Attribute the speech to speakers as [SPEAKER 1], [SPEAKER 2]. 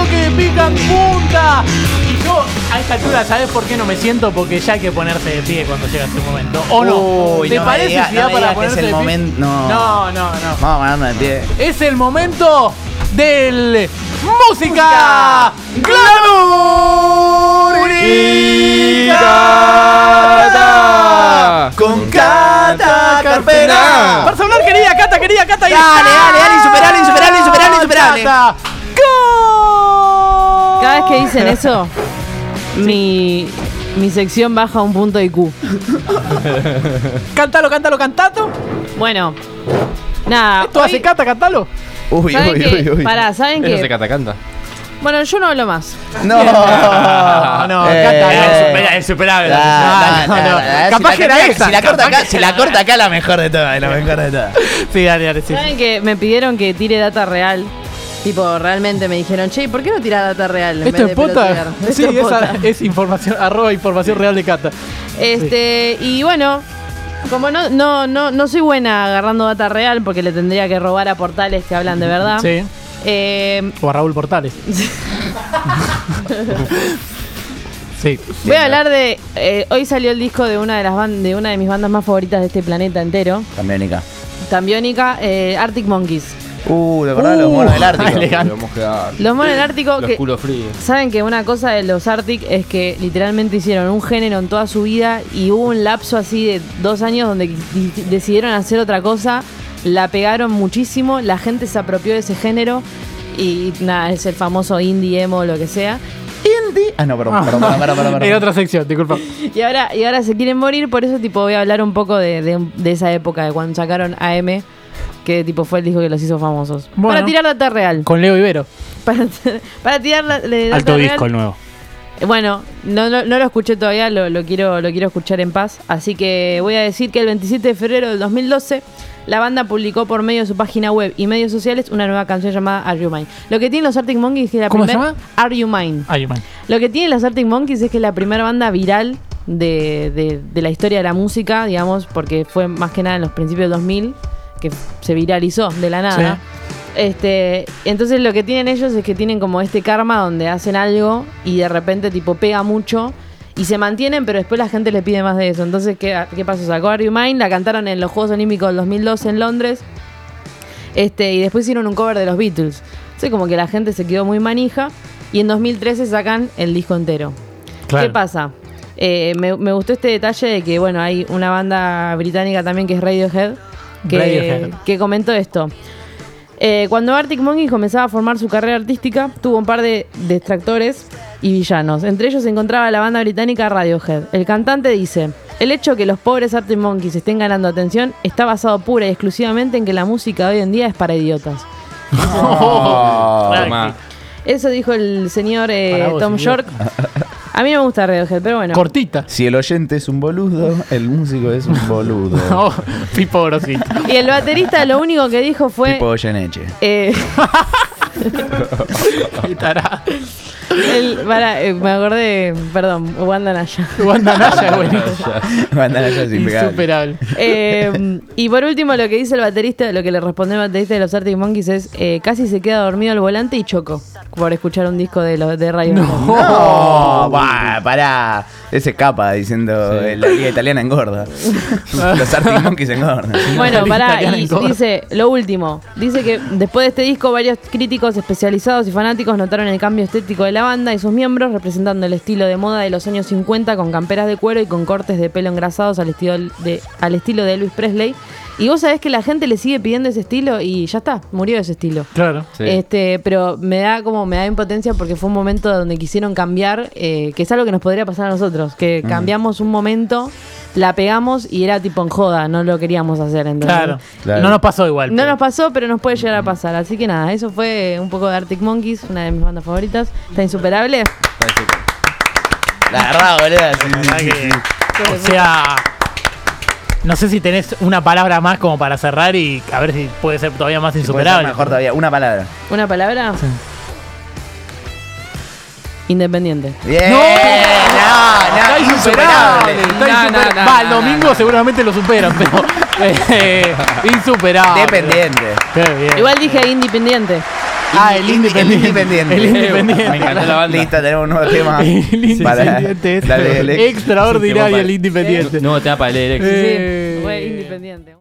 [SPEAKER 1] punta en punta. Y yo a esta altura, ¿sabes por qué no me siento? Porque ya hay que ponerse de pie cuando llega ese momento. ¿O no?
[SPEAKER 2] Uy,
[SPEAKER 1] ¿Te
[SPEAKER 2] no me
[SPEAKER 1] parece
[SPEAKER 2] diga-
[SPEAKER 1] si
[SPEAKER 2] no
[SPEAKER 1] da
[SPEAKER 2] me
[SPEAKER 1] para
[SPEAKER 2] digas que es
[SPEAKER 1] ponerse
[SPEAKER 2] el
[SPEAKER 1] de pie?
[SPEAKER 2] momento- no.
[SPEAKER 1] No, no, no.
[SPEAKER 2] Vamos a ganarnos de pie.
[SPEAKER 1] Es el momento del música
[SPEAKER 2] Música
[SPEAKER 1] glamuricata.
[SPEAKER 2] Con Cata Carpena.
[SPEAKER 1] Para hablar querida Cata, querida Cata. ahí
[SPEAKER 2] Dale,
[SPEAKER 1] está.
[SPEAKER 2] dale, dale, insuperable, insuperable, insuperable, insuperable.
[SPEAKER 1] Cata. Gol.
[SPEAKER 3] Cada vez que dicen eso, mi, mi sección baja un punto de IQ.
[SPEAKER 1] cántalo, cántalo, cantato.
[SPEAKER 3] Bueno,
[SPEAKER 2] Ah,
[SPEAKER 3] nada.
[SPEAKER 1] Esto
[SPEAKER 3] hoy-
[SPEAKER 1] hace Cata, cantalo.
[SPEAKER 2] Uy,
[SPEAKER 3] ¿saben
[SPEAKER 2] uy,
[SPEAKER 3] qué?
[SPEAKER 2] uy, uy.
[SPEAKER 3] Pará, ¿saben
[SPEAKER 4] Eso se
[SPEAKER 3] qué?
[SPEAKER 4] canta, canta.
[SPEAKER 3] Bueno, yo no hablo más.
[SPEAKER 2] No, Eh,
[SPEAKER 1] No, no, Cata, no.
[SPEAKER 2] Cata,
[SPEAKER 4] insuperable.
[SPEAKER 1] No, no, no. Capaz que era esa.
[SPEAKER 2] Si la corta
[SPEAKER 1] Capaz
[SPEAKER 2] acá, si la corta acá, la mejor de todas, la mejor de todas.
[SPEAKER 1] Sí, dale, dale, sí.
[SPEAKER 3] ¿Saben que me pidieron que tire data real? Tipo, realmente me dijeron, che, ¿y ¿por qué no tirar data real? en
[SPEAKER 1] Esto
[SPEAKER 3] vez
[SPEAKER 1] es
[SPEAKER 3] de pelotear?"
[SPEAKER 1] pota.
[SPEAKER 3] Esto
[SPEAKER 1] Sí,
[SPEAKER 3] es
[SPEAKER 1] esa
[SPEAKER 3] pota.
[SPEAKER 1] es información, arroba información real de Cata.
[SPEAKER 3] Este, y bueno, como no, no, no, no soy buena agarrando data real porque le tendría que robar a portales que hablan de verdad.
[SPEAKER 1] Sí.
[SPEAKER 3] eh,
[SPEAKER 1] O a Raúl Portales. sí.
[SPEAKER 3] voy a hablar de. eh, hoy salió el disco de una de las ban- de una de mis bandas más favoritas de este planeta entero,
[SPEAKER 2] Cambiónica.
[SPEAKER 3] Tambiónica, eh, Arctic Monkeys.
[SPEAKER 2] Uh, ¿te acordás de los monos del Ártico?
[SPEAKER 1] elegante.
[SPEAKER 4] Vamos a quedar
[SPEAKER 3] Los monos del Ártico
[SPEAKER 4] los
[SPEAKER 3] que.
[SPEAKER 4] culos fríos.
[SPEAKER 3] Saben que una cosa de los Arctic es que literalmente hicieron un género en toda su vida y hubo un lapso así de dos años donde di- decidieron hacer otra cosa, la pegaron muchísimo, la gente se apropió de ese género y nada, es el famoso indie emo o lo que sea.
[SPEAKER 2] Indie. Ah, no, perdón, perdón, perdón, perdón, perdón.
[SPEAKER 1] En otra sección, disculpa.
[SPEAKER 3] Y ahora, y ahora se quieren morir, por eso tipo voy a hablar un poco de, de- de esa época, de cuando sacaron AM, que tipo fue el disco que los hizo famosos.
[SPEAKER 1] Bueno.
[SPEAKER 3] Para tirar data real.
[SPEAKER 1] Con Leo Ibero.
[SPEAKER 3] Para, para tirar la, de data
[SPEAKER 5] Alto
[SPEAKER 3] real.
[SPEAKER 5] disco el nuevo.
[SPEAKER 3] Eh, Bueno, no, no, no lo escuché todavía, lo, lo quiero, lo quiero escuchar en paz. Así que voy a decir que el 27 de febrero del 2012, la banda publicó por medio de su página web y medios sociales una nueva canción llamada Are You Mine. Lo que tienen los Arctic Monkeys es que la
[SPEAKER 1] ¿Cómo se
[SPEAKER 3] primer-
[SPEAKER 1] llama?
[SPEAKER 3] Are You Mine.
[SPEAKER 1] Ay, man.
[SPEAKER 3] Lo que tienen los Arctic Monkeys es que es la primera banda viral de, de- de la historia de la música, digamos, porque fue más que nada en los principios del 2000 que se viralizó de la nada. Este, entonces lo que tienen ellos es que tienen como este karma donde hacen algo y de repente tipo pega mucho y se mantienen, pero después la gente les pide más de eso. Entonces, ¿qué, qué pasó? Sacó Are You Mine, la cantaron en los Juegos Olímpicos del 2002 en Londres. Este, y después hicieron un cover de los Beatles. Entonces, como que la gente se quedó muy manija. Y en 2013 sacan el disco entero.
[SPEAKER 1] Claro.
[SPEAKER 3] ¿Qué pasa? Eh, me, me gustó este detalle de que, bueno, hay una banda británica también que es Radiohead, que,
[SPEAKER 1] Radiohead.
[SPEAKER 3] que comentó esto. Eh, cuando Arctic Monkeys comenzaba a formar su carrera artística, tuvo un par de detractores y villanos. Entre ellos se encontraba la banda británica Radiohead. El cantante dice, el hecho que los pobres Arctic Monkeys estén ganando atención está basado pura y exclusivamente en que la música de hoy en día es para idiotas.
[SPEAKER 2] Oh,
[SPEAKER 1] Claro que
[SPEAKER 4] Tomá.
[SPEAKER 3] Eso dijo el señor eh,
[SPEAKER 1] Para vos,
[SPEAKER 3] Tom
[SPEAKER 1] idiota.
[SPEAKER 3] York. A mí no me gusta Radiohead, pero bueno.
[SPEAKER 1] Cortita.
[SPEAKER 2] Si el oyente es un boludo, el músico es un boludo.
[SPEAKER 1] Oh, Pipo Grosito.
[SPEAKER 3] Y el baterista lo único que dijo fue...
[SPEAKER 2] Tipo Goyeneche.
[SPEAKER 3] eh,
[SPEAKER 1] Y tará.
[SPEAKER 3] el- pará, eh, me acordé, perdón, Wanda Naya.
[SPEAKER 1] Wanda Naya es buenísimo.
[SPEAKER 2] Mandala ya sin pegar.
[SPEAKER 1] Insuperable.
[SPEAKER 3] Eh, y por último, lo que dice el baterista, lo que le respondió el baterista de los Arctic Monkeys es: eh, casi se queda dormido al volante y choco por escuchar un disco de, los de Radiohead.
[SPEAKER 2] No, bah, pará. Ese capa diciendo eh, la liga italiana engorda. Los Arctic Monkeys engordan.
[SPEAKER 3] Bueno,
[SPEAKER 1] La
[SPEAKER 3] pará,
[SPEAKER 1] italiana
[SPEAKER 3] y
[SPEAKER 1] engorda.
[SPEAKER 3] dice lo último. Dice que después de este disco, varios críticos especializados y fanáticos notaron el cambio estético de la banda y sus miembros, representando el estilo de moda de los años 50 con camperas de cuero y con cortes de pelo engrasados al estilo de, al estilo de Elvis Presley. Y vos sabés que la gente le sigue pidiendo ese estilo y ya está, murió ese estilo.
[SPEAKER 1] Claro.
[SPEAKER 4] Sí.
[SPEAKER 3] Este, pero me da como me da impotencia porque fue un momento donde quisieron cambiar, eh, que es algo que nos podría pasar a nosotros, que cambiamos un momento, la pegamos y era tipo en joda, no lo queríamos hacer, ¿entendés?
[SPEAKER 1] Claro.
[SPEAKER 2] Claro.
[SPEAKER 1] No nos pasó igual.
[SPEAKER 3] No
[SPEAKER 1] pero-
[SPEAKER 3] nos pasó, pero nos puede llegar a pasar. Así que nada, eso fue un poco de Arctic Monkeys, una de mis bandas favoritas. Está insuperable.
[SPEAKER 2] La verdad, boludo. sí, sí, sí, sí.
[SPEAKER 1] O sea, no sé si tenés una palabra más como para cerrar y a ver si puede ser todavía más
[SPEAKER 2] Puede ser
[SPEAKER 1] insuperable.
[SPEAKER 2] Mejor todavía, una palabra.
[SPEAKER 3] Una palabra. Independiente.
[SPEAKER 2] Bien.
[SPEAKER 1] ¡No!
[SPEAKER 2] Eh, No, no,
[SPEAKER 1] está insuperable.
[SPEAKER 2] insuperable.
[SPEAKER 1] Está insuperable. Va, el domingo seguramente lo superan, pero. eh, insuperable.
[SPEAKER 2] Dependiente.
[SPEAKER 1] Qué bien.
[SPEAKER 3] Igual dije independiente.
[SPEAKER 1] Ah, el independiente.
[SPEAKER 2] Independiente.
[SPEAKER 1] El independiente.
[SPEAKER 4] Me encantó la banda. este.
[SPEAKER 2] Listo, tenemos un nuevo tema.
[SPEAKER 1] El independiente
[SPEAKER 2] para
[SPEAKER 1] es
[SPEAKER 2] la de Lex.
[SPEAKER 1] extraordinario
[SPEAKER 4] para-
[SPEAKER 1] el independiente.
[SPEAKER 4] Nuevo tema para el Alex.
[SPEAKER 3] Sí,
[SPEAKER 1] Eh.
[SPEAKER 3] re independiente.